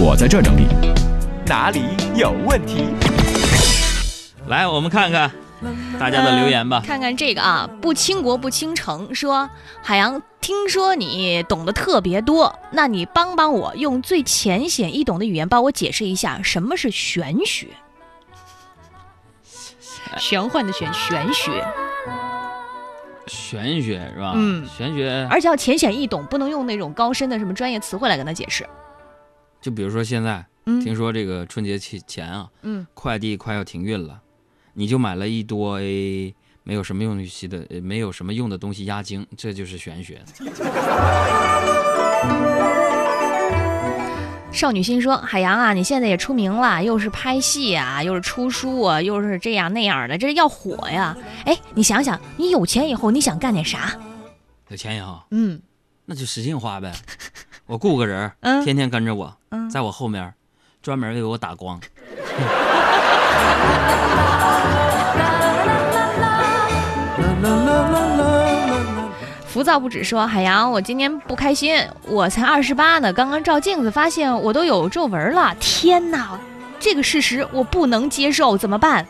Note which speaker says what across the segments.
Speaker 1: 我在这整理。
Speaker 2: 哪里有问题？
Speaker 3: 来，我们看看大家的留言吧。
Speaker 4: 看看这个啊，不倾国不倾城说，海洋，听说你懂得特别多，那你帮帮我，用最浅显易懂的语言帮我解释一下什么是玄学？玄幻的玄，玄学，
Speaker 3: 玄学是吧？
Speaker 4: 嗯
Speaker 3: 玄学
Speaker 4: 而且要浅显易懂，不能用那种高深的什么专业词汇来跟他解释。
Speaker 3: 就比如说现在，听
Speaker 4: 嗯
Speaker 3: 说这个春节期前啊，
Speaker 4: 嗯，
Speaker 3: 快递快要停运了，你就买了一多 A 没有什么用西的，呃没有什么用的东西压惊，这就是玄学。
Speaker 4: 少女心说，海洋啊，你现在也出名了，又是拍戏啊，又是出书啊，又是这样那样的，这要火呀！哎，你想想，你有钱以后你想干点啥？
Speaker 3: 有钱也好，
Speaker 4: 嗯
Speaker 3: 那就使劲花呗。我雇个人儿，
Speaker 4: 嗯
Speaker 3: 天天跟着我，
Speaker 4: 嗯
Speaker 3: 在我后面儿专门为我打光。
Speaker 4: 浮躁不止说海洋，我今天不开心，我才二十八呢，刚刚照镜子发现我都有皱纹了，天哪！这个事实我不能接受，怎么办？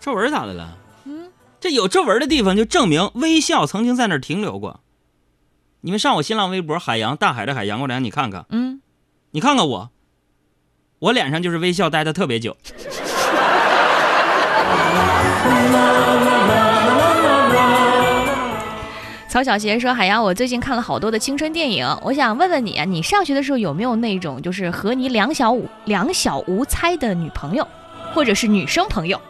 Speaker 3: 皱纹儿咋的了？
Speaker 4: 嗯，
Speaker 3: 这有皱纹儿的地方就证明微笑曾经在那儿停留过。你们上我新浪微博“海洋大海的海洋过来，你看看，
Speaker 4: 嗯，
Speaker 3: 你看看我，我脸上就是微笑待的特别久。
Speaker 4: 曹小贤说海洋，我最近看了好多的青春电影，我想问问你啊，你上学的时候有没有那种就是和你两小无两小无猜的女朋友，或者是女生朋友？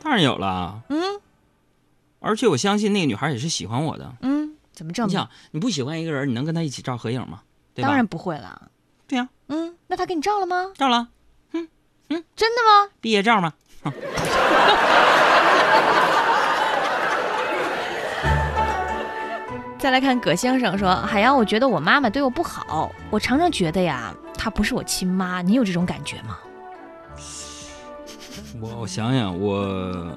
Speaker 3: 当然有了，
Speaker 4: 嗯
Speaker 3: 而且我相信那个女孩也是喜欢我的。
Speaker 4: 嗯，怎么证
Speaker 3: 你
Speaker 4: 明？
Speaker 3: 想，你不喜欢一个人，你能跟他一起照合影吗？对吧？
Speaker 4: 当然不会了。
Speaker 3: 对呀、
Speaker 4: 嗯，那他给你照了吗？
Speaker 3: 照了嗯
Speaker 4: 真的吗？
Speaker 3: 毕业照吗？
Speaker 4: 再来看葛先生说：“海洋，我觉得我妈妈对我不好，我常常觉得呀，她不是我亲妈。你有这种感觉吗
Speaker 3: 我我想想，我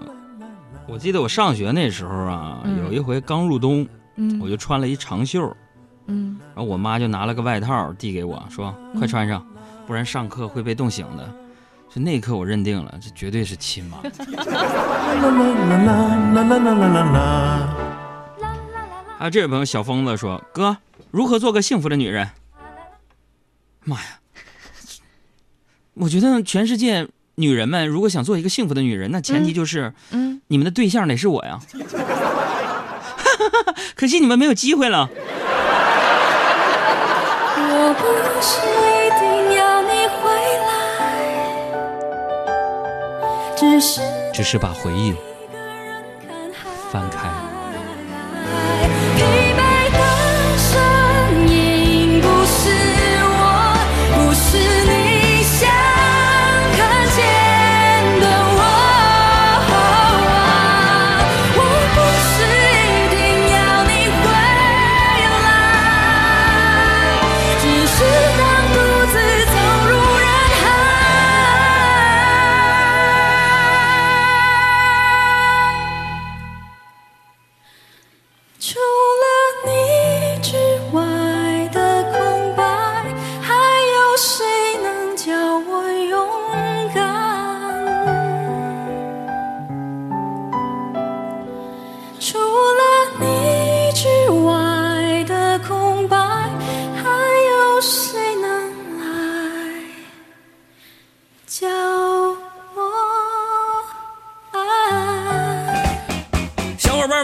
Speaker 3: 我记得我上学那时候啊，
Speaker 4: 嗯
Speaker 3: 有一回刚入冬，？”
Speaker 4: 嗯
Speaker 3: 我就穿了一长袖，
Speaker 4: 嗯
Speaker 3: 然后我妈就拿了个外套递给我说：“
Speaker 4: 嗯
Speaker 3: 快穿上，不然上课会被冻醒的。”就那一刻我认定了，这绝对是亲妈。 啊，这位朋友小疯子说：“哥，如何做个幸福的女人？”妈呀，我觉得全世界女人们如果想做一个幸福的女人，那前提就是
Speaker 4: 嗯，
Speaker 3: 你们的对象得是我呀。 可惜你们没有机会了。
Speaker 5: 我不是一定要你回来，只是
Speaker 3: 只是把回忆
Speaker 5: 一个人看海。
Speaker 3: 翻开
Speaker 5: 疲惫的身影，不是我，不是你想看见的我。我不是一定要你回来，只是当独自走入人海。除了你之外的空白，还有谁能教我勇敢？除了你之外的空白，还有谁能来教我爱？
Speaker 2: 小伙伴